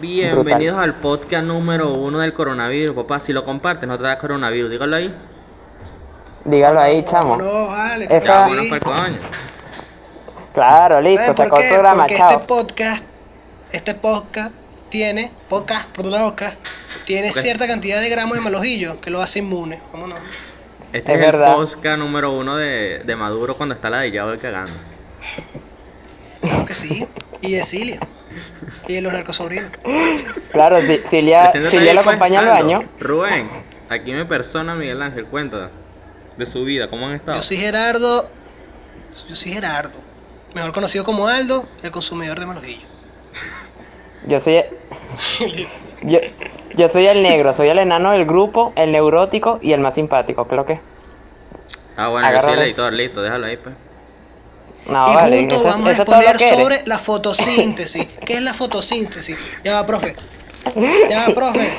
Bienvenidos al podcast número uno del coronavirus, papá. Si lo compartes, no te da coronavirus, dígalo ahí. Dígalo ahí, chamo. No, vale, Esa- porque Ya, Ah. bueno, pues, sí. para el coño. Claro, listo, ¿Saben sacó por el qué? programa, Porque chao. este podcast, este podcast tiene, podcast, perdón, podcast, tiene Ok. cierta cantidad de gramos de malojillo que lo hace inmune. Vámonos. Este es, Es el verdad. podcast número uno de, de Maduro cuando está ladillado y cagando. Claro que sí. Y de Cilia. Y de los narcosobrinos. Claro, si, si Lia, Preséntate si Lia ahí, lo pues, acompaña al Aldo. baño, Rubén, aquí mi persona, Miguel Ángel, cuenta de su vida, ¿cómo han estado? Yo soy Gerardo. Yo soy Gerardo. Mejor conocido como Aldo, el consumidor de malojillo. yo soy, yo, yo soy el negro, soy el enano del grupo, el neurótico y el más simpático, creo que. Ah, bueno, yo soy el Agárralo. editor, listo, déjalo ahí, pues. No, y Ah, vale, juntos eso- vamos a eso es todo lo exponer que eres. sobre la fotosíntesis. ¿Qué es la fotosíntesis? Ya va, profe. Ya va, profe.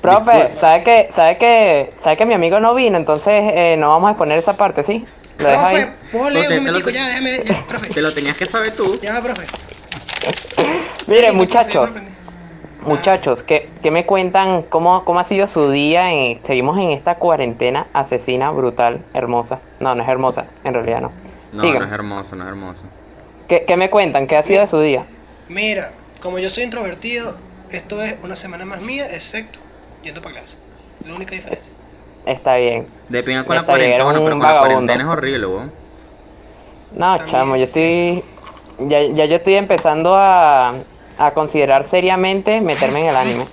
Profe, Disculpa. ¿sabe que, sabe que, sabe que mi amigo no vino? Entonces eh, no vamos a exponer esa parte, ¿sí? Lo deja ahí. Profe, Profe, ponle te un lo- momentico ya, déjame, ya, Te profe. lo tenías que saber tú. Ya va, profe. Mire, Listo, profe, ya muchachos, me aprendí. muchachos, ¿qué, qué me cuentan? ¿Cómo, cómo ha sido su día? En, seguimos en esta cuarentena asesina, brutal, hermosa. No, no es hermosa, en realidad no. No, Sigan. no es hermoso, no es hermoso. ¿Qué, qué me cuentan? ¿Qué ha sido de su día? Mira, como yo soy introvertido, esto es una semana más mía, excepto yendo para clase. La única diferencia. Está bien. De pinga con la Está bien, eres cuarentena, bueno, un pero con la vagabundo. cuarentena es horrible, weón. No, También. chamo, yo estoy. Ya, ya yo estoy empezando a, a considerar seriamente meterme en el anime.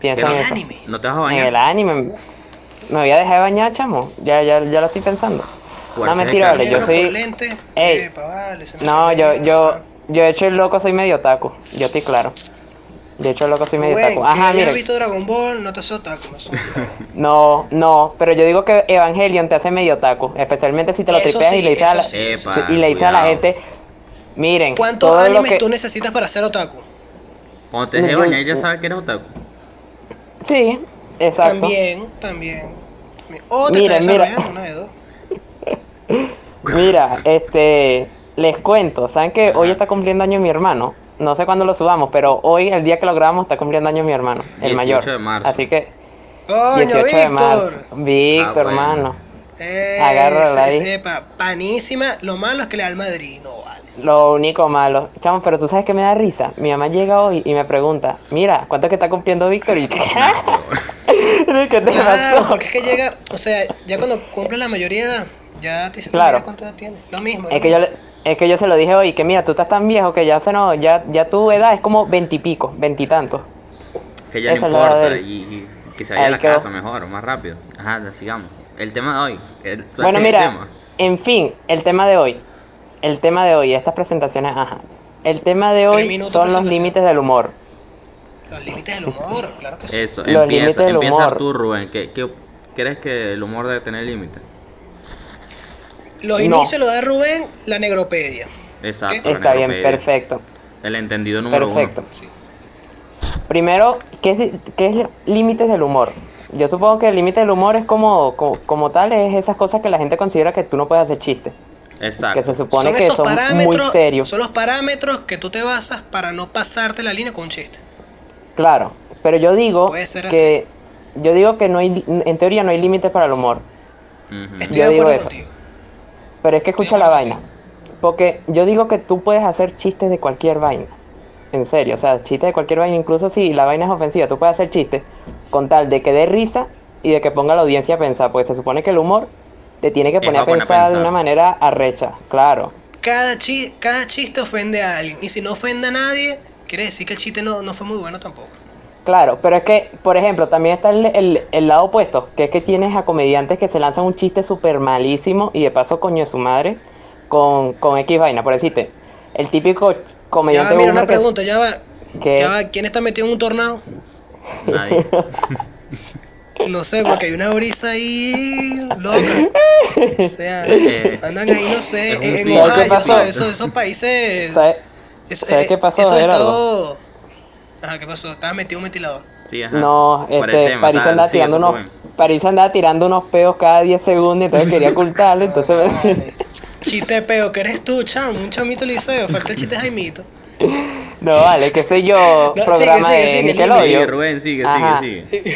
Piensa ¿En en el eso. anime? No te vas a En bañar. el anime. Me voy a dejar de bañar, chamo. Ya, ya, ya lo estoy pensando. Fuerte no, de mentira, vale. Yo Negro con soy. lentes, Ey. epa, vale, eh, se me No, cayó, yo, yo, ah. yo de hecho el loco soy medio taco. Yo estoy claro. De hecho el loco soy medio Bueno, taco. que Ajá, hayas mire. visto Dragon Ball, no te hace otaku, no son otaku. No, no, pero yo digo que Evangelion te hace medio taco. Especialmente si te lo Eso tripeas y sí, le dices a eso la, sí. Epa, y le dices a la cuidado. gente. Miren, ¿Cuántos todo lo animes que... tú necesitas para ser otaku? Cuando te dejes Yo- bañar ya sabes que eres otaku. Sí, exacto. También, también, también. O te Mira, estás mira. desarrollando, una de dos. Mira, este, les cuento, saben que hoy está cumpliendo año mi hermano. No sé cuándo lo subamos, pero hoy, el día que lo grabamos, está cumpliendo año mi hermano, el 18 mayor. de marzo. Así que, Coño, 18 de marzo. Víctor. Víctor, Ah, bueno. hermano. Eh, Agárrala esa- ahí. Epa, panísima. Lo malo es que le da al Madrid, no vale. Lo único malo. Chamo, pero tú sabes que me da risa. Mi mamá llega hoy y me pregunta, mira, ¿cuánto es que está cumpliendo Víctor? Y, ¿qué? ¿Qué te Claro, pasó? porque es que llega, o sea, ya cuando cumple la mayoría de edad, ya te dice tu Claro. vida cuánto edad tiene. Lo mismo. lo Es que yo mismo. le- es que yo se lo dije hoy, que mira, tú estás tan viejo que ya se no, ya, ya tu edad es como veintipico, veintitantos. que ya no Esa es la edad importa. del- Y, y que se vaya a Ahí la quedó. casa mejor, más rápido. Ajá, sigamos. El tema de hoy. el- ¿tú sabes Bueno, qué es el mira, tema? en fin, el tema de hoy. El tema de hoy, estas presentaciones, ajá. El tema de Tres hoy minutos son los presentación. límites del humor. Los límites del humor, claro que sí. Eso, Los límites empieza, del empieza humor. tú, Rubén. ¿Qué, qué, crees que el humor debe tener límites? Los No. inicios lo da Rubén, la negropedia. Exacto. ¿Qué? la Está bien, neuropedia. perfecto. El entendido número Perfecto. uno. Sí. Primero, ¿qué es, qué es límites del humor? Yo supongo que el límite del humor es como, como, como tal, es esas cosas que la gente considera que tú no puedes hacer chistes. Que se Exacto. supone que son muy parámetros, serios. son los parámetros que tú te basas para no pasarte la línea con un chiste. Claro, pero yo digo Puede ser que yo digo que no hay, en teoría no hay límites para el humor. Mm. Ujú. Estoy Yo de digo acuerdo eso. contigo. Pero es que escucha la vaina. Porque yo digo que tú puedes hacer chistes de cualquier vaina. En serio, o sea, chistes de cualquier vaina, incluso si la vaina es ofensiva, tú puedes hacer chistes con tal de que dé risa y de que ponga a la audiencia a pensar. Pues se supone que el humor te tiene que Es poner a para poner a pensar, de pensar. una manera arrecha, claro. Cada, chi- cada chiste ofende a alguien. Y si no ofende a nadie, quiere decir que el chiste no, no fue muy bueno tampoco. Claro, pero es que, por ejemplo, también está el, el- el lado opuesto, que es que tienes a comediantes que se lanzan un chiste súper malísimo y de paso coño de su madre con, con X vaina, por decirte. El típico Ya comediante va, boomer mira, una que- pregunta, ya va. que- Ya va, ¿quién está metido en un tornado? Nadie. No sé, porque hay una brisa ahí loca. O sea, Eh, andan ahí, no sé, es un en río. ¿Sabes qué Ohio, pasó? ¿sabes? Esos, esos países. ¿sabes? eso- ¿sabes eh, qué pasó, Eso está Gerardo? todo. Ajá, ¿qué pasó? Estaba metido en un ventilador. Sí, ajá. No, Por el este, tema, París tal, andaba sigue tirando tú, unos, Rubén. París andaba tirando unos peos cada 10 segundos, entonces quería ocultarlo, Ah, entonces Eh, Chiste peo, que eres tú, chamo, un chamito liceo, falta el chiste Jaimito. No, vale, que soy yo, No, programa sigue, sigue, de sigue, Nickelodeon. Sigue, Rubén, sigue, Ajá. sigue, sigue.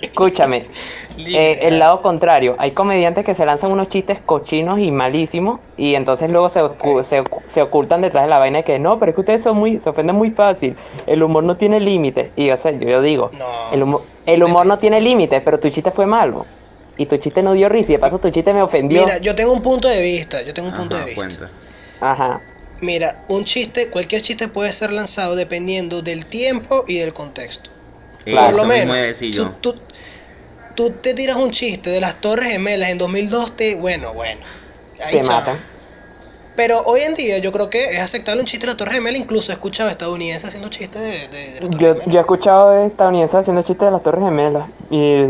Escúchame, Libre, eh, el lado contrario, hay comediantes que se lanzan unos chistes cochinos y malísimos y entonces luego se, ocu- se, ocu- se ocultan detrás de la vaina de que no, pero es que ustedes son muy, se ofenden muy fácil, el humor no tiene límites. Y o sea, yo, yo digo, No. el, humo- el humor no tiene límites, pero tu chiste fue malo y tu chiste no dio risa y de paso tu chiste me ofendió. Mira, yo tengo un punto de vista, yo tengo un punto Ajá, de vista. cuenta. Ajá, Mira, un chiste, cualquier chiste puede ser lanzado dependiendo del tiempo y del contexto. Claro, Por lo Eso mismo iba menos, a decir tú, yo. tú- tú te tiras un chiste de las Torres Gemelas en 2002, te, bueno, bueno. Ahí te chao. matan. Pero hoy en día yo creo que es aceptable un chiste de las Torres Gemelas, incluso he escuchado estadounidenses haciendo chistes de, de- de las Torres Yo, Gemelas. yo he escuchado de estadounidenses haciendo chistes de las Torres Gemelas y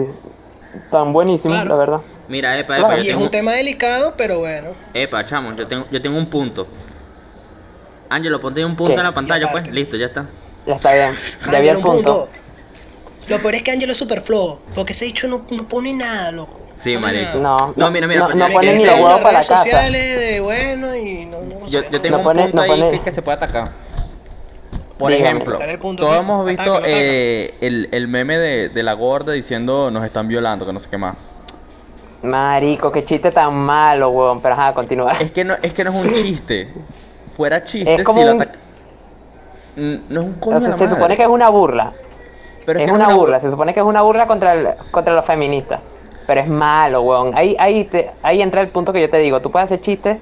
tan buenísimos, Claro. la verdad. Mira, epa, epa, Claro. yo Y es tengo- un tema delicado, pero bueno. Epa, chamo, yo tengo, yo tengo un punto. Ángelo, ponte un punto ¿Qué? en la pantalla, pues. aparte. Listo, ya está. Ya está bien, ya había Ángelo, el un punto. Lo peor es que Ángelo es súper flojo, porque ese dicho no, no pone nada, loco. Sí, No pone nada. marico. No, no, mira, mira. no, pues, no yo- ponen yo- ni Escribe los en huevos las para la redes casa. sociales de bueno y no, no, no Yo, sé. yo tengo No un pone- punto no ahí pone- que, que se puede atacar. Por Por Dígame. ejemplo, Dale el punto, Todos pues. hemos visto Atácalo, atácalo. eh, el, el meme de, de la gorda diciendo nos están violando, que no sé qué más. Marico, qué chiste tan malo, huevón. Pero ajá, continúa. Es que no es, que no es un chiste. Fuera chiste, Es como si lo un- ataca- Mm, No es un coño O a sea, la se madre. supone que es una burla. Pero es que no una bur- burla, se supone que es una burla contra, el- contra los feministas. Pero es malo, huevón. Ahí, ahí, te- ahí entra el punto que yo te digo. Tú puedes hacer chistes,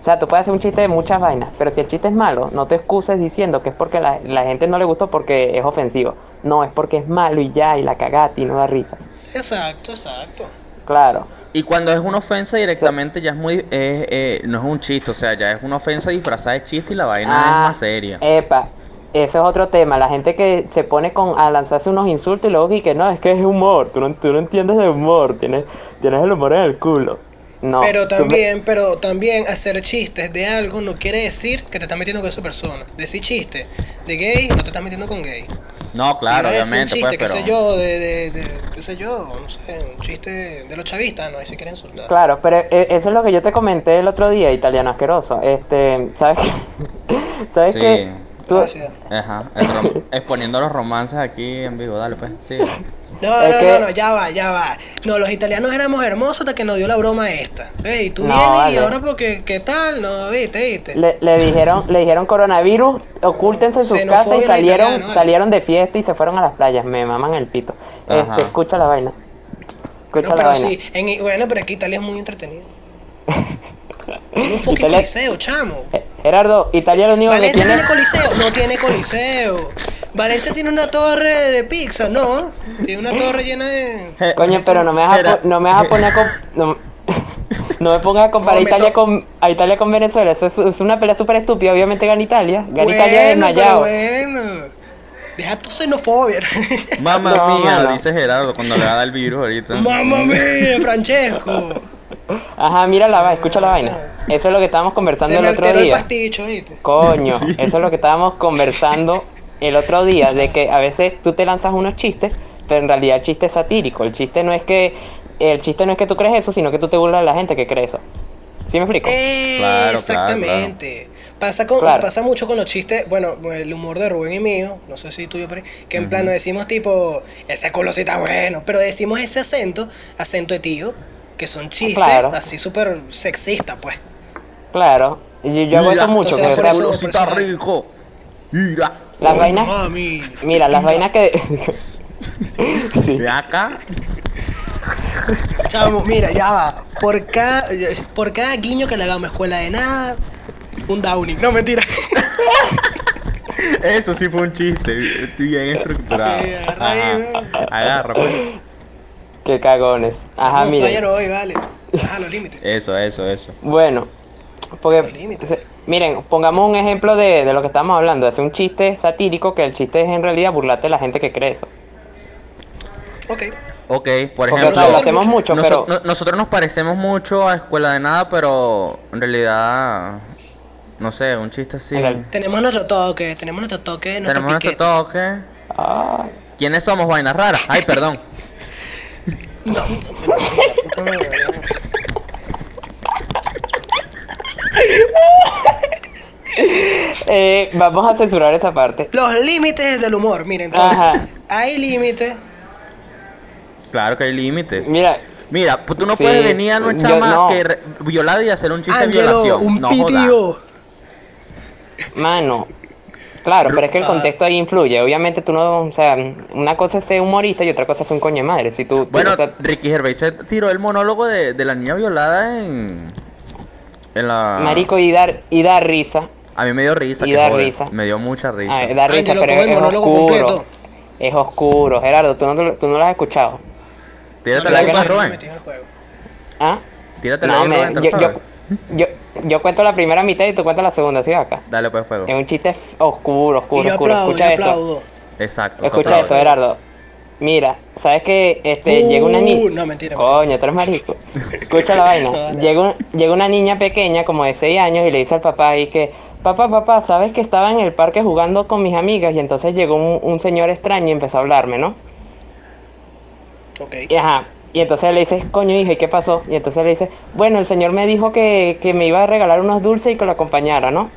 o sea, tú puedes hacer un chiste de muchas vainas. Pero si el chiste es malo, no te excuses diciendo que es porque la, la gente no le gustó porque es ofensivo. No, es porque es malo y ya, y la cagaste y no da risa. Exacto, exacto. Claro. Y cuando es una ofensa directamente ya es muy... es, eh, no es un chiste, o sea, ya es una ofensa disfrazada de chiste y la vaina Ah, es más seria. Epa, eso es otro tema. La gente que se pone con a lanzarse unos insultos y luego y que no, es que es humor. Tú no, tú no entiendes de humor. Tienes, tienes el humor en el culo. No. pero tú me- también, pero también hacer chistes de algo no quiere decir que te estás metiendo con esa persona. Decir chiste de gay, no te estás metiendo con gay. No, claro, si vas a obviamente, decir un pues, chiste, pero... qué sé yo, de, de, de- qué sé yo, no sé, un chiste de los chavistas, no, ahí se quieren insultar. Claro, pero eh, eso es lo que yo te comenté el otro día, italiano asqueroso. Este, ¿sabes qué? ¿Sabes Sí. qué? Tú- Gracias. Ajá, el rom- exponiendo los romances aquí en vivo, dale, pues, sí. No, Es no, que- no, no, ya va, ya va. No, los italianos éramos hermosos hasta que nos dio la broma esta. Ey, tú No, vienes y vale. ahora porque, ¿qué tal? No, viste, viste. le, le dijeron, le dijeron coronavirus, ocúltense en sus Xenofobia casas y la salieron, italiana, vale. salieron de fiesta y se fueron a las playas. Me maman el pito. Ajá. Este, escucha la vaina. Escucha Bueno, la pero vaina. sí, en- bueno, pero aquí Italia es muy entretenido. Tiene un fucking Italia- coliseo, chamo. Eh, Gerardo, Italia lo único que Valencia tiene. tiene coliseo, no tiene coliseo. Valencia tiene una torre de pizza, no. Tiene una torre llena de. Je- Coño, pero no me vas a, Espera. po- no me vas a poner con. No, no me pongas a comparar No, me Italia to- con a Italia con Venezuela. Eso es, es una pelea súper estúpida. Obviamente gana Italia. Gana Italia Bueno, pero desmayado. bueno. Deja tu xenofobia. Mamma No, mía, mano. dice Gerardo cuando le va a dar el virus ahorita. Mamma mía, Francesco. Ajá, mira la vaina, escucha la vaina. Eso es lo que estábamos conversando Se el me otro alteró el día. pasticho, ¿viste? Coño, eso es lo que estábamos conversando el otro día, de que a veces tú te lanzas unos chistes, pero en realidad el chiste es satírico. El chiste no es que, el chiste no es que tú crees eso, sino que tú te burlas de la gente que cree eso. ¿Sí me explico? Eh, claro, Exactamente. Pasa, con, Claro. pasa mucho con los chistes, bueno, con el humor de Rubén y mío, no sé si tuyo, pero que en Ujú. plano decimos tipo, ese culo sí está bueno, pero decimos ese acento, acento de tío, que son chistes Claro. así súper sexistas, pues. Claro. Y Yo, yo hago Mira, eso mucho. entonces, que, por o sea, eso- Pero si está personal. rico. Mira. las Oh, vainas, mami. mira, las vainas que... Sí. Ve acá. Chamo, mira, ya va. Por cada, por cada guiño que le hagamos escuela de nada, un downing. No, mentira. Eso sí fue un chiste. Estoy bien estructurado. Sí, agarra ahí, Ajá. güey. Agarra, pues. Qué cagones. Ajá, Un miren. flyer hoy, vale. Ajá, los límites. Eso, eso, eso. Bueno, porque Los límites. miren, pongamos un ejemplo de, de lo que estamos hablando, hacer un chiste satírico que el chiste es en realidad burlarte de la gente que cree eso. Ok. Ok, por Porque ejemplo. o sea, lo nosotros- hacemos mucho, noso- pero no- nosotros nos parecemos mucho a Escuela de Nada, pero en realidad. No sé, un chiste así. En el- Tenemos nuestro toque, tenemos nuestro toque, nuestro Tenemos nuestro piquete. toque. Ay, ¿Quiénes somos, vainas raras? Ay, perdón. No, no, no, no, la puta madre. Eh, vamos a censurar esa parte. Los límites del humor, miren, entonces, Ajá. hay límites. Claro que hay límites. Mira, Mira, pues tú no Sí, puedes venir a una yo chama no. que re- violada y hacer un chiste de Ángelo, violación. un no jodas. PTO. mano. Claro, pero es que el Ah. contexto ahí influye. Obviamente tú no, o sea, una cosa es ser humorista y otra cosa es un coño de madre. Si tú, tú- Bueno, o sea, Ricky Gervais se tiró el monólogo de, de la niña violada en. En la. marico y dar y dar risa, A mí me dio risa. y que da joder, risa. Me dio mucha risa. Ah, da risa, pero Ángelo, pon es, el es monólogo oscuro. completo. Es oscuro, Gerardo, tú no, te lo- tú no lo has escuchado. Tírate la No, ¿verdad no, que que nos no, no, roben. metí en el juego. ¿Ah? Tírate la No, que nos me- roben, te lo yo, yo, sabes. yo, yo cuento la primera mitad y tú cuentas la segunda, ¿sí? Acá. Dale pues fuego. Es un chiste oscuro, oscuro, Y yo oscuro. aplaudo, yo Escucha esto. aplaudo. Exacto. Escucha total. eso, Gerardo. Mira, ¿sabes que este, Uh, llega una niña? no, mentira, mentira. Coño, tres maricos. Escucha la No, vaina. dale. Llega, un- llega una niña pequeña, como de 6 años, y le dice al papá ahí que, papá, papá, ¿sabes que estaba en el parque jugando con mis amigas? Y entonces llegó un, un señor extraño y empezó a hablarme, ¿no? Ok. Y, ajá. Y entonces le dices, coño, hijo, ¿y qué pasó? Y entonces le dices, bueno, el señor me dijo que, que me iba a regalar unos dulces y que lo acompañara, ¿no?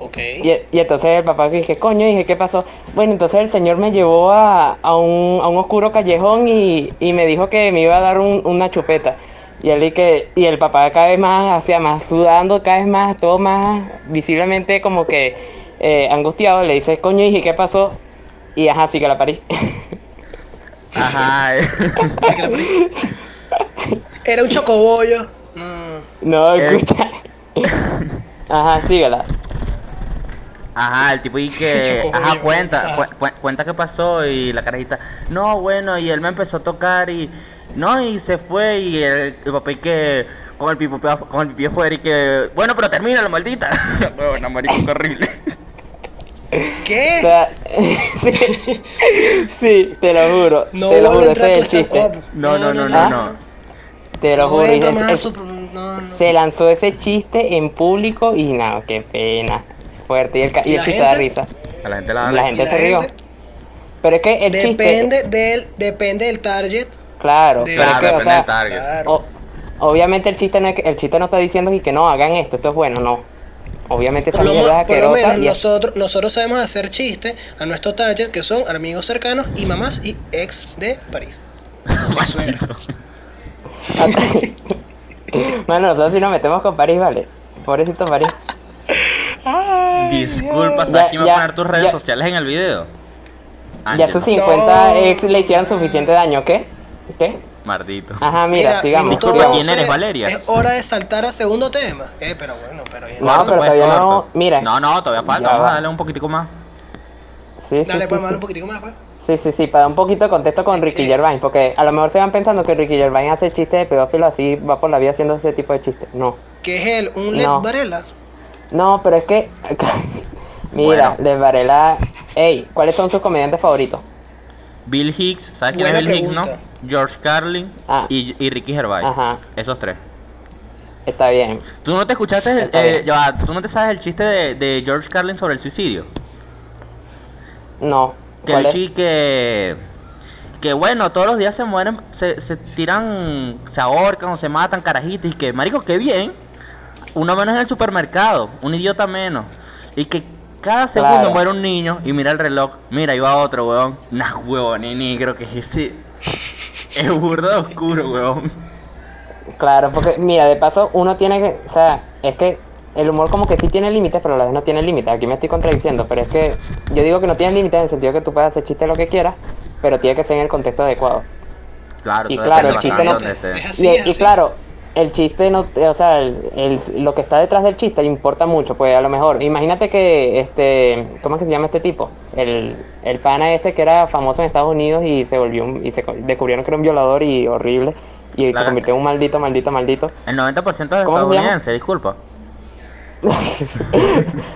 Ok. Y, y entonces el papá dije, coño, dije, ¿qué pasó? Bueno, entonces el señor me llevó a, a, un, a un oscuro callejón y, y me dijo que me iba a dar un- una chupeta. Y él y que, y el papá cada vez más, hacía más sudando, cada vez más, todo más visiblemente como que eh, angustiado, le dice, coño, dije, ¿qué pasó? Y ajá, sí que la parí. Ajá. eh, Así que la perdí. Era un chocobollo. No. no, Eh. escucha. ajá, síguela. Ajá, el tipo y que, Chico, ajá, coño, cuenta, ah. cu- cu- cuenta qué pasó y la carajita, no, bueno, y él me empezó a tocar y, no, y se fue y el, el papá y que, con el pipo, con el pie fuera y que, bueno, pero termina la maldita. bueno, marico, qué horrible. O ¿Qué? sea, sí, sí, te lo juro. No te lo vuelvo juro, a entrar a ese tu es el chiste. stand-up. No, no, no, no, no, no. Te lo No juro. entro dije, más a es- su- No, no. Se lanzó ese chiste en público y no, qué pena. Fuerte. Y el, ca- y ¿Y el la chiste da gente? risa. A la gente Ah, la La ¿Y gente la se rió. gente? Pero es que el chiste. Depende del, depende del target. Claro, de- pero es Claro, que, o Ah, depende sea, del target. Claro. o- obviamente el chiste no es que- el chiste no está diciendo que, que no hagan esto, esto es bueno, no. Obviamente esa Por lo, mierda mo- es por lo asquerosa menos y es- nosotros, nosotros sabemos hacer chistes a nuestro target que son amigos cercanos y mamás y ex de París. La suegra. Bueno, nosotros si nos metemos con París, vale. Pobrecito París. Disculpa, Ya, ¿sabes quién va ya, a poner tus redes ya. sociales en el video? Ya sus sí. 50 No. ex le hicieron suficiente daño, ¿qué? ¿Qué? Mardito. Ajá, mira, sigamos. minuto Disculpa, sigamos. ¿quién eres, 12, Valeria? Es hora de saltar a segundo tema. Eh, pero bueno, pero ya. No, pero pues, todavía no- corto. mira. No, no, todavía falta, Ya vamos va. a darle un poquitico más. Sí, sí, Dale, sí, pues, sí. más, un poquitico más, pues. Sí, sí, sí, para dar un poquito de contexto con Ricky Gervais, porque a lo mejor se van pensando que Ricky Gervais hace chistes de pedófilo así, va por la vida haciendo ese tipo de chistes. No. Que es él, un Led No. Varela. No, pero es que. Mira, Bueno. Les Varela. Ey, ¿cuáles son sus comediantes favoritos? Bill Hicks, ¿sabes quién Buena es Bill Hicks, no? pregunta. George Carlin Ah. y, y Ricky Gervais. Ajá. Esos tres. Está bien. ¿Tú no te escuchaste, el- Está eh, bien. ya va, tú no te sabes el chiste de, de George Carlin sobre el suicidio? No. Que el ¿cuál es? chique que, que bueno, todos los días se mueren, se, se tiran, se ahorcan o se matan carajitos y que, marico, qué bien. Uno menos en el supermercado, un idiota menos. Y que cada segundo Claro. muere un niño y mira el reloj, mira, ahí va otro, weón. Nah, huevón, ni negro, que ese es burdo de oscuro, weón. Claro, porque mira, de paso uno tiene que, o sea, es que el humor como que sí tiene límites, pero a la vez no tiene límites. Aquí me estoy contradiciendo, pero es que yo digo que no tiene límites en el sentido que tú puedes hacer chistes lo que quieras, pero tiene que ser en el contexto adecuado. Claro, Y todo claro, depende el chiste bastante no- donde esté. Es y, así, es y así. claro, el chiste no, o sea, el- el- lo que está detrás del chiste importa mucho, pues a lo mejor, imagínate que este, ¿cómo es que se llama este tipo? El, el pana este que era famoso en Estados Unidos y se volvió un- y se co- descubrieron que era un violador y horrible y La- se convirtió en un maldito, maldito, maldito. El 90% de ¿Cómo se llama? estadounidenses, disculpa.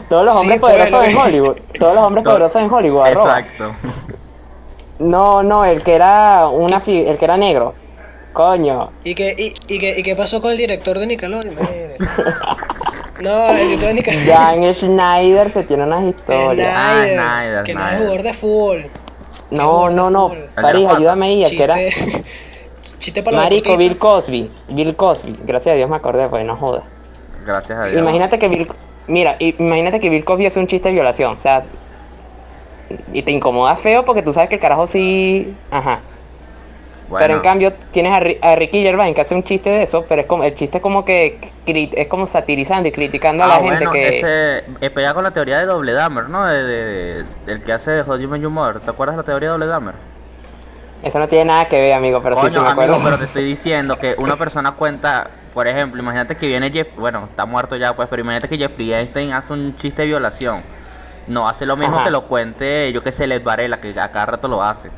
Todos los Sí, hombres pues, poderosos lo en que- Hollywood. Todos los hombres Todo- poderosos en Hollywood. arroba. Exacto. No, no, el que era una fi- el que era negro. Coño. ¿Y qué, y, y qué, y qué pasó con el director de Nickelodeon? Mire. No, el director de Nickelodeon. Jan Schneider se tiene unas Snyder, historias. Ah, Snyder, que no es Snyder. jugador de fútbol. No, no, no. El de la París, pata. ayúdame ahí. El que era Chiste, chiste para los Marico Bill deportistas. Cosby. Bill Cosby. Gracias a Dios me acordé, pues no jodas. Gracias a Dios. Imagínate que Bill, Mira, y- imagínate que Bill Cosby hace un chiste de violación, o sea, y te incomoda feo porque tú sabes que el carajo sí, ajá. Pero en cambio tienes a, Ri- a Ricky Gervais que hace un chiste de eso, pero es como el chiste es como que cri- es como satirizando y criticando a la ah, gente bueno, que ese eh, pega con la teoría de Doble Dahmer, ¿no? De, de- de- el que hace Hot Human Humor. ¿Te acuerdas de la teoría de Doble Dahmer? eso no tiene nada que ver, amigo, pero sí, sí Coño, me acuerdo. amigo, pero te estoy diciendo que una persona cuenta, por ejemplo, imagínate que viene Jeff, bueno, está muerto ya, pues, pero imagínate que Jeffrey Einstein hace un chiste de violación. No hace lo mismo Ajá. que lo cuente, yo que sé, Led Varela, que a cada rato lo hace.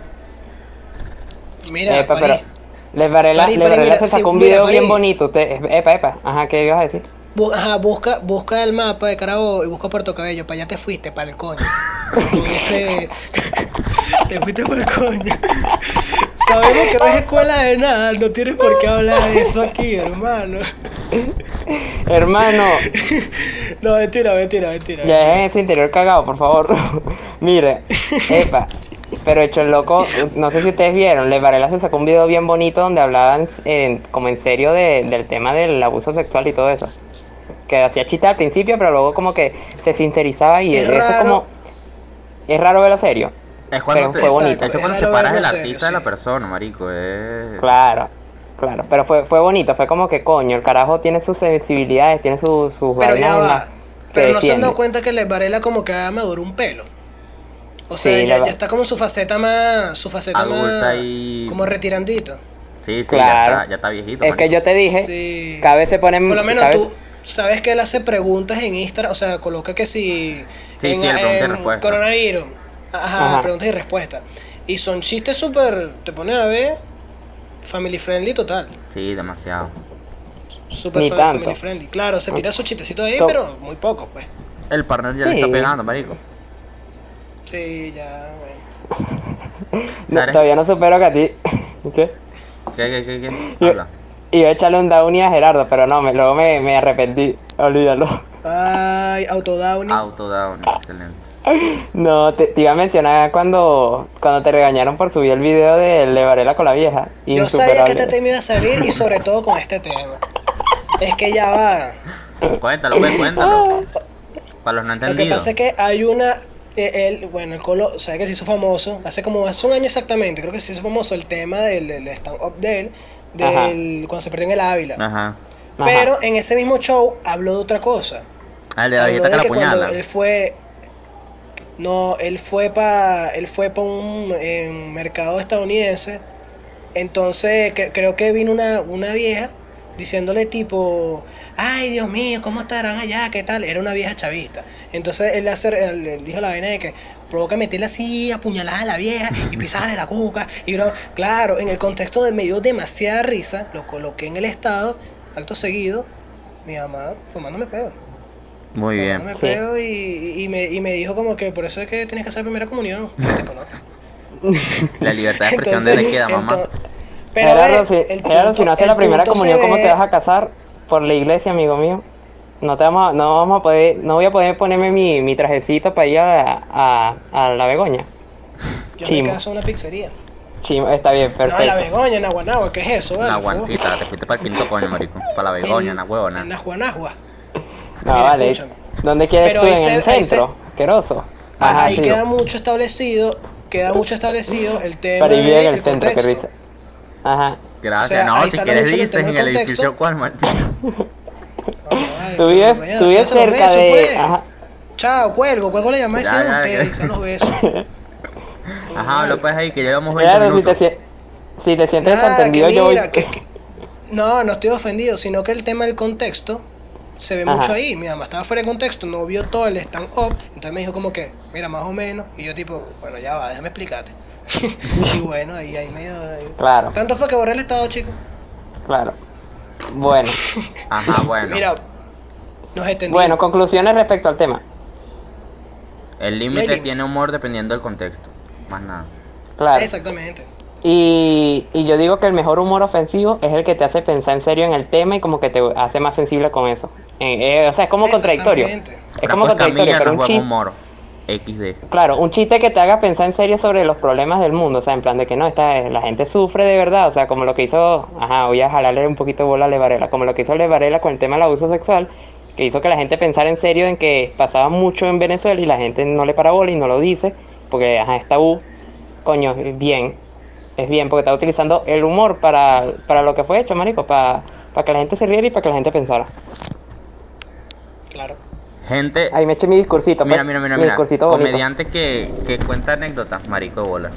Mira, Epa, París. Eh, pues, pero Les Varela, París, Les París, Varela mira, se sí, sacó un mira, video bien París. bonito, usted, epa, epa, ajá, ¿qué ibas a decir? Bu- ajá, busca, busca el mapa de Carabobo y busca Puerto Cabello, para allá te fuiste, para el coño. Con ese- te fuiste para el coño. Sabemos que no es escuela de nada, no tienes por qué hablar de eso aquí, hermano. Hermano, No, mentira, mentira, mentira. ya dejen ese interior cagado, por favor. Mire, epa, pero hecho el loco, no sé si ustedes vieron, Les Varela se sacó un video bien bonito donde hablaban en- como en serio de- del tema del abuso sexual y todo eso. Que hacía chiste al principio, pero luego como que se sincerizaba y Es eso es raro. como... Es raro verlo serio. Es cuando Pero te, fue bonito. Eso es cuando Déjalo separas verlo el serio, artista de la sí. persona, marico. eh. Claro, claro. Pero fue, fue bonito, fue como que coño, el carajo tiene sus sensibilidades, tiene sus, sus Pero vainas ya en va. las que Pero no se han defiende. dado cuenta que Les Varela como que ha madurado un pelo. O sea, Sí, ya, la- ya está como su faceta más. Su faceta Adulta más. y- Como retirandita. Sí, sí, Claro. ya, está, ya está viejito. Es que marico. yo te dije, Sí. cada vez se ponen... Por lo menos cada vez- tú sabes que él hace preguntas en Instagram, o sea, coloca que si Sí, sí, el pregunta y respuesta. coronavirus, ajá, Ajá. preguntas y respuestas. Y son chistes súper, te pones a ver, family friendly total, Sí, demasiado. súper Ni fa- tanto. Mm. family friendly. Claro, se tira su chistecito ahí, So- pero muy poco, pues. El partner ya le Sí. está pegando, marico. Sí, ya. bueno. No, Sara. todavía no supero que a ti... ¿Qué? ¿Qué, qué, qué, qué? Yo- Habla. Iba a echarle un downy a Gerardo, pero no, me, luego me, me arrepentí, olvídalo. Ay, autodowning. Auto down, excelente. No, te, te iba a mencionar cuando, cuando te regañaron por subir el video de Le Varela con la vieja. Yo sabía que este Insuperable. tema iba a salir y sobre todo con este tema. Es que ya va. Cuéntalo, pues, cuéntalo. Para los no Lo que entendidos. pasa es que hay una. eh, Él, bueno, el Colo, o sea, que se hizo famoso hace como hace un año exactamente. Creo que se hizo famoso el tema del, del stand-up de él, Ajá. Ah. del, cuando se perdió en el Ávila. Ajá. Ajá. Pero en ese mismo show habló de otra cosa. Ah, el de la Habló galleta que de la que cuando apuñala. él fue. No, él fue para él fue pa un eh, mercado estadounidense. Entonces cre- creo que vino una, una vieja diciéndole tipo, ay Dios mío, ¿cómo estarán allá? ¿Qué tal? Era una vieja chavista. Entonces él, hace, él- él dijo la vaina de que provoca meterle así, apuñalada a la vieja y pisarle la cuca. Y uno, claro, en el contexto de me dio demasiada risa, lo coloqué en el estado, acto seguido, mi mamá fumándome peor. Muy Bueno, bien. me pego y, y- y me, y me dijo como que por eso es que tienes que hacer primera comunión. Y tipo, ¿no? La libertad de expresión Entonces, de le queda, mamá. ento- pero Gerardo, ve, si, el Gerardo, punto- si no haces el la primera punto se comunión, ¿cómo ve- te vas a casar? Por la iglesia, amigo mío. No te vamos a- no vamos a poder, no voy a poder ponerme mi, mi trajecito para ir a, a, a la Begoña. Yo Chimo. me caso en una pizzería. Chimo, está bien, No, en la perfecto. Begoña, en Aguanagua, ¿qué es eso? Vale, La por favor? guancita, te fuiste para el quinto coño, marico. Para la begoña, la huevona. En Aguanagua. No, Mira, Ah, vale. escúchame. ¿Dónde quieres Pero tú? ahí En se- el ahí se- centro. Queroso. Ajá, ahí sí. queda mucho establecido, queda mucho establecido el tema Para ir del bien en el centro, que contexto. risa. Ajá. Gracias. O sea, no, ahí si sale quieres mucho el dices en tema el contexto. edificio cuál, Martín. No, vale, Tú no, vives, no, vaya, tú vives sean los cerca besos, de. pues. Ajá. Chao, cuelgo, cuelgo la llamada y Ya, sigan ya, ustedes, ya. sean los besos. Ajá, lo puedes ahí, que llevamos 20 Gerardo, si te, minutos. sien- si te sientes Nada, desentendido, que yo voy. mira, que- que- No, no estoy ofendido, sino que el tema del contexto se ve Ajá. mucho ahí. Mi mamá estaba fuera de contexto, no vio todo el stand-up, entonces me dijo como que, mira, más o menos, y yo tipo, bueno, ya va, déjame explicarte. y bueno, ahí, ahí medio... Claro, Tanto fue que borré el estado, chicos. claro. Bueno. Ajá, bueno. Mira, nos extendimos. Bueno, conclusiones respecto al tema. el no hay límite límite. tiene humor dependiendo del contexto. Más nada. Claro. Exactamente. Y, y yo digo que el mejor humor ofensivo es el que te hace pensar en serio en el tema y como que te hace más sensible con eso. Eh, eh, o sea, es como contradictorio. Exactamente. Es como Franco contradictorio, Escamilla pero pues, no es un buen chiste, humor. XD. claro, un chiste que te haga pensar en serio sobre los problemas del mundo, o sea, en plan de que no, esta, eh, la gente sufre de verdad, o sea, como lo que hizo, ajá, voy a jalarle un poquito bola a Le Varela, como lo que hizo Le Varela con el tema del abuso sexual, que hizo que la gente pensara en serio en que pasaba mucho en Venezuela y la gente no le para bola y no lo dice, porque ajá, es tabú. Coño, es bien, es bien, porque está utilizando el humor para, para lo que fue hecho, marico, para, para que la gente se riera y para que la gente pensara. Claro. Gente, Ahí me eché mi discursito, mira, pues, mira, mira, mi mira. discursito bonito. Comediante que, que cuenta anécdotas, marico de bola.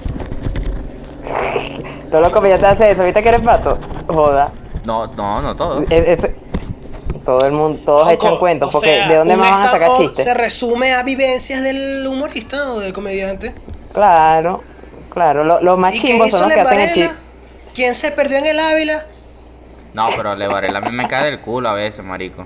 Todos los comediantes hacen eso, ¿viste que eres pato? Joda. No, no, no todo. Es- es- todo el mundo, todos Loco, echan cuentos, o porque sea, ¿de dónde un más van a sacar stand-up chistes? Se resume a vivencias del humorista o del comediante. Claro, claro, lo- los más ¿Y qué chingos son hizo los Le que hacen el Varela? chiste. ¿Quién se perdió en el Ávila? No, pero Le Varela a mí me cae del culo a veces, marico.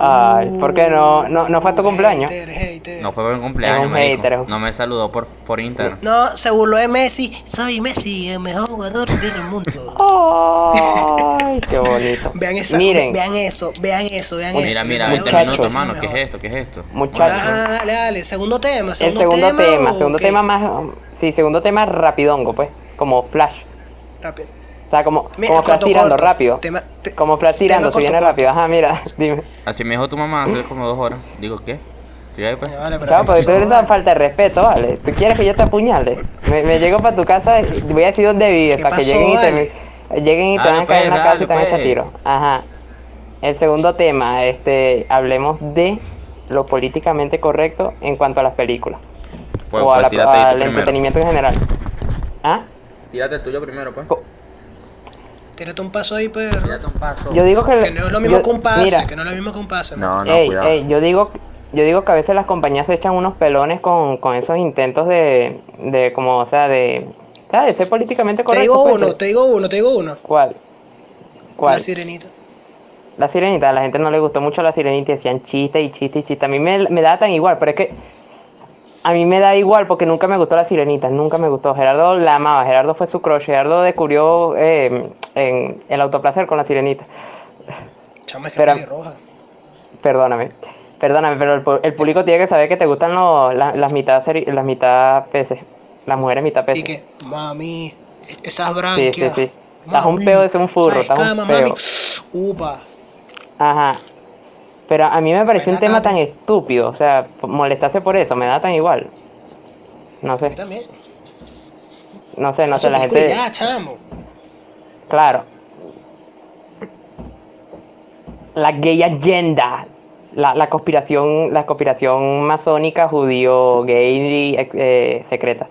Ay, ¿por qué no, no, no fue a tu Uh, cumpleaños? hater, hater. No fue por mi cumpleaños, Es un marico. hater. No me saludó por, por Instagram. No, se burló de Messi. Soy Messi, el mejor jugador del mundo. Ay, qué bonito. Vean, esa, Miren, vean eso, vean eso, vean Mira, eso. Pues mira, 20 Muchachos. minutos, mano. ¿Qué es esto? ¿Qué es esto? muchachos, Ajá, dale, dale. Segundo tema, el segundo segundo Ah, tema. tema, ¿o segundo qué? tema más, sí, segundo tema rapidongo, pues, como flash. Rápido. O sea, como, Mira, como flash corto, tirando corto. rápido. Tema- te- Como flash tema tirando, se corto, viene corto. rápido. Ajá, mira, dime. Así me dijo tu mamá hace como dos horas. Digo, ¿qué? Sí, ahí, pues. Coño, vale, pero Chao, ¿qué porque tú pasó, eres vale? una falta de respeto, vale. ¿Tú quieres que yo te apuñale? Me, me llego para tu casa, y voy a decir dónde vives, ¿Qué para que pasó, lleguen y te, vale? lleguen y te Dale, van a caer en pues, la casa y te van a dale, echar pues. tiro. Ajá. El segundo tema, este, hablemos de lo políticamente correcto en cuanto a las películas. Pues, o a pues, la- tírate ahí tú al primero. entretenimiento en general. ¿Ah? Tírate el tuyo primero, pues. Co- Tírate un paso ahí, pero. Tírate un paso. Yo digo que... Que no es lo mismo yo- que un pase, mira, que no es lo mismo que un pase. No, no, Ey, cuidado. ey, yo digo yo digo que a veces las compañías se echan unos pelones con, con esos intentos de, de como o sea de ¿sabes? ser políticamente Te correcto digo pues. uno, te digo uno, te digo uno. ¿cuál? ¿cuál? La sirenita. La sirenita, a la gente no le gustó mucho la sirenita, y decían chiste y chiste y chiste. A mí me, me da tan igual, pero es que a mí me da igual porque nunca me gustó la sirenita, nunca me gustó. Gerardo la amaba, Gerardo fue su crush, Gerardo descubrió eh, en, el autoplacer con la sirenita. Chama, es que Pero- pelirroja. Perdóname, perdóname, pero el, pu- el público tiene que saber que te gustan los- la- las mitad seri- las mitad peces, las mujeres mitad Y peces. que, mami, esas Pues Sí, sí, branquias. sí. Estás un peo de ser un furro, esas estás un escamas, peo. mami. Upa. Ajá. Pero a mí me pareció un Buena tema tan tarde. estúpido, o sea, p- molestarse por eso, me da tan igual. No A sé, mí también. no sé, no Hace sé, la película y gente... Ya, chamo. Claro. La gay agenda. La, la conspiración, la conspiración masónica judío, gay, eh, eh, secreta.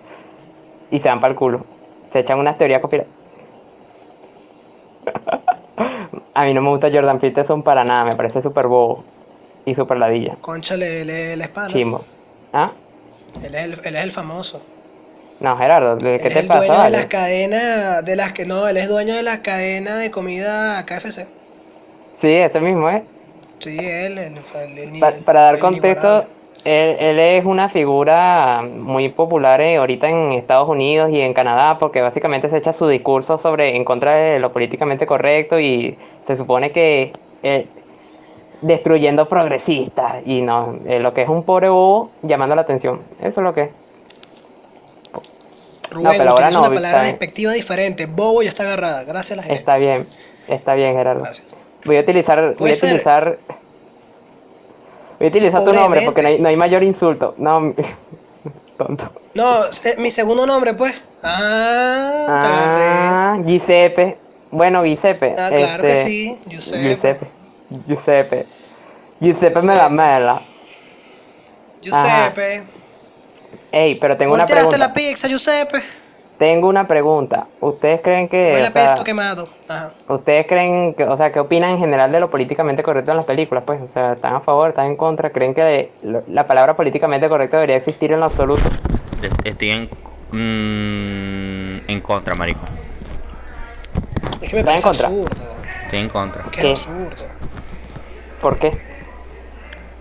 Y se van para el culo. Se echan unas teorías conspirativas. A mí no me gusta Jordan Peterson para nada, me parece súper bobo. Y súper ladilla. Conchale, él es el hispano. Chimbo. ¿Ah? Él es el, él es el famoso. No, Gerardo, ¿qué él es te el pasa? dueño de vale? las cadenas. De las que, no, él es dueño de la cadena de comida KFC. Sí, ese mismo, ¿eh? Sí, él, el, el, el- Pa- para dar el contexto, inigualable. él, él es una figura muy popular eh, ahorita en Estados Unidos y en Canadá porque básicamente se echa su discurso sobre en contra de lo políticamente correcto y se supone que eh, destruyendo progresistas y no, eh, lo que es un pobre bobo llamando la atención. Eso es lo que es. Rubén, pero ahora utiliza no, una palabra está- despectiva diferente. Bobo ya está agarrada. Gracias a la gente. Está bien, está bien, Gerardo. Gracias. Voy a utilizar, voy Puede a ser. utilizar, voy a utilizar tu Pobre nombre porque no hay, mente. no hay mayor insulto. No, tonto. No, eh, mi segundo nombre, pues. Ah, te agarré. Ah, Giuseppe. Bueno, Giuseppe. Ah, claro que este, sí, Giuseppe. Giuseppe. Giuseppe. Giuseppe me da Giuseppe. mela. Giuseppe. Ey, pero tengo una Volteaste pregunta. la pizza, Giuseppe. Tengo una pregunta. ¿Ustedes creen que, Huele o a sea, pesto quemado. Ajá. ustedes creen que, o sea, qué opinan en general de lo políticamente correcto en las películas? Pues, o sea, ¿están a favor, están en contra? ¿Creen que lo- la palabra políticamente correcta debería existir en lo absoluto? Est- Estoy en, mm, en contra, marico. Es que ¿Está me en parece contra? absurdo. Estoy en contra. Que ¿Qué? es absurdo. ¿Por qué?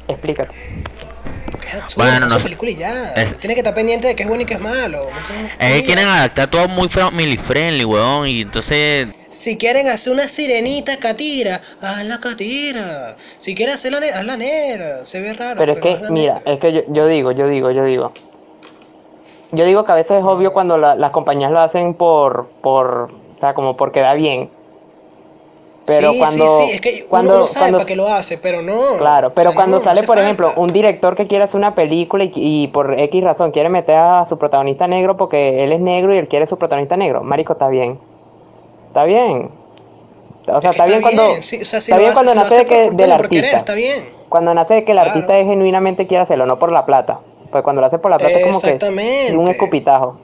Explícate. Que es absurdo. Bueno, Bueno, no. película y ya. Es- Tiene que estar pendiente de que es bueno y que es malo. No tiene- Es que quieren adaptar todo muy family friendly, weón. Y entonces. Si quieren hacer una sirenita catira, haz la catira. Si quieren hacer la negra, haz la negra. Se ve raro. Pero es que, hazla mira, eh, negra. es que yo, yo digo, yo digo, yo digo. Yo digo que a veces es obvio cuando la- las compañías lo hacen por, por, o sea, como por quedar bien. Pero sí, cuando, sí, sí, es que cuando, uno no sabe cuando- para qué lo hace, pero no. Claro, pero O sea, cuando no, no sale, hace por falta. ejemplo, un director que quiere hacer una película y, y por X razón quiere meter a su protagonista negro porque él es negro y él quiere su protagonista negro, Marico, está bien. Está bien. O sea, está, bien, cuando, sí, o sea, si está lo bien hace- cuando si lo nace hace de que, por- por del culo, por querer, artista. está bien. Cuando nace de que el Claro. artista es genuinamente quiere hacerlo, no por la plata. Pues cuando lo hace por la plata es como que Exactamente. un escupitajo.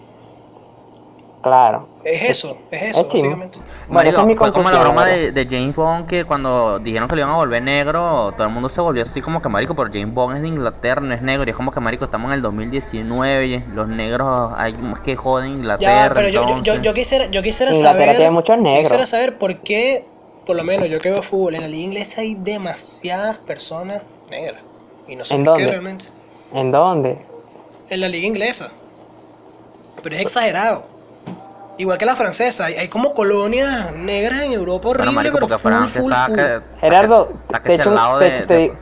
Claro. Es eso, es eso, Es chimbo. básicamente. Bueno, esa es mi fue como la conclusión, broma la de, de James Bond que cuando dijeron que le iban a volver negro, todo el mundo se volvió así como que marico, pero James Bond es de Inglaterra, no es negro, y es como que marico, estamos en el 2019, los negros hay más que joden Inglaterra. Ya, pero yo, yo, yo, entonces. yo quisiera, yo quisiera Inglaterra saber. tiene muchos yo negros. Quisiera saber por qué, por lo menos yo que veo fútbol, en la liga inglesa hay demasiadas personas negras. Y no sé ¿En por dónde? qué realmente. ¿En dónde? En la liga inglesa. Pero es exagerado. Igual que la francesa, hay, hay como colonias negras en Europa Pero, horrible, marico, pero, porque full, Francia full, está full. que- está Gerardo, que- está te que echo un- chelado te- de- te- de-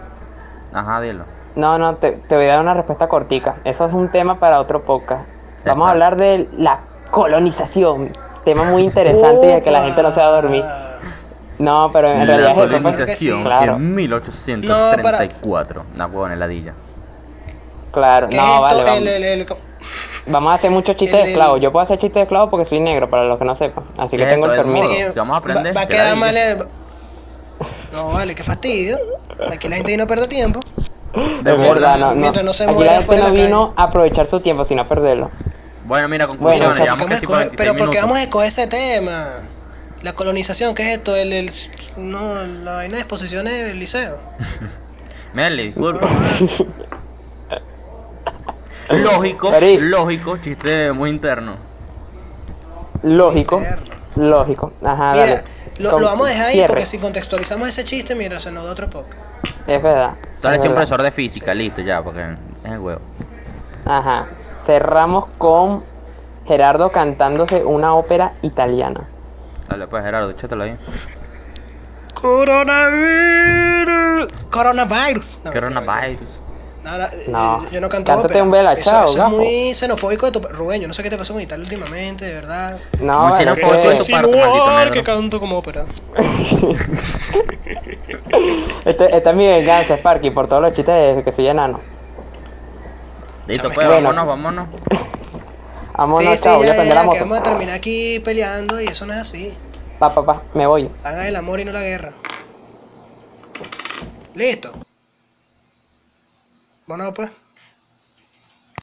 Ajá, dilo. No, no, te, te voy a dar una respuesta cortica. Eso es un tema para otro podcast. Vamos Exacto. a hablar de la colonización. Tema muy interesante y de que la gente no se va a dormir. Opa. No, pero en La realidad es eso. pues. creo que sí. colonización Claro. en 1834. Una huevona heladilla. Claro, ¿Qué es no, esto? vale, vamos. El- el- el- Vamos a hacer muchos chistes el- de esclavos. el- Yo puedo hacer chistes de esclavos porque soy negro, para los que no sepan. Así que Bien, tengo el todo el permiso. mundo. Sí, Vamos a aprender, eh, Va, va a que quedar ladilla. mal. el- No, vale, qué fastidio. Aquí la gente no pierde tiempo. Es verdad, no, no. Mientras no se Aquí muera la gente fuera de no la calle. vino a aprovechar su tiempo, sino a perderlo. Bueno, mira, Bueno, conclusiones. o sea, llevamos ¿Por qué casi vamos a 46 escoger- pero ¿por qué minutos. vamos a escoger ese tema? La colonización, ¿qué es esto? El, el- no, la vaina de exposiciones del liceo. Merle, disculpa. lógico, París. lógico, chiste muy interno. Lógico. Interno. Lógico. Ah, Ajá, dale. Mira, lo, Con- lo vamos a dejar ahí cierre. porque si contextualizamos ese chiste, mira, se nos da otro poco. Es verdad. Tú eres un es verdad. profesor de física, listo ya, porque es el huevo. Ajá. Cerramos con Gerardo cantándose una ópera italiana. Dale, pues Gerardo, échatelo ahí. Coronavirus. Coronavirus. No, Coronavirus. No, no, eh, No. Yo no canto Cántate ópera. un Bella Eso- Ciao, eso es gafo. muy xenofóbico de tu Rubén, yo no sé qué te pasó con Italia últimamente, de verdad. No, Muy bueno, xenofóbico este- de tu parte, maldito negro. que canto como ópera. este- esta es mi venganza, Sparky, por todos los chistes de que soy enano. Listo, Chame. pues Bueno. vámonos, vámonos. Vámonos, sí, sí, chao, voy a ya, prender la ya, que moto. vamos a terminar aquí peleando y eso no es así. Pa, pa, pa, me voy. Hagan el amor y no la guerra. Listo. Bueno, pues.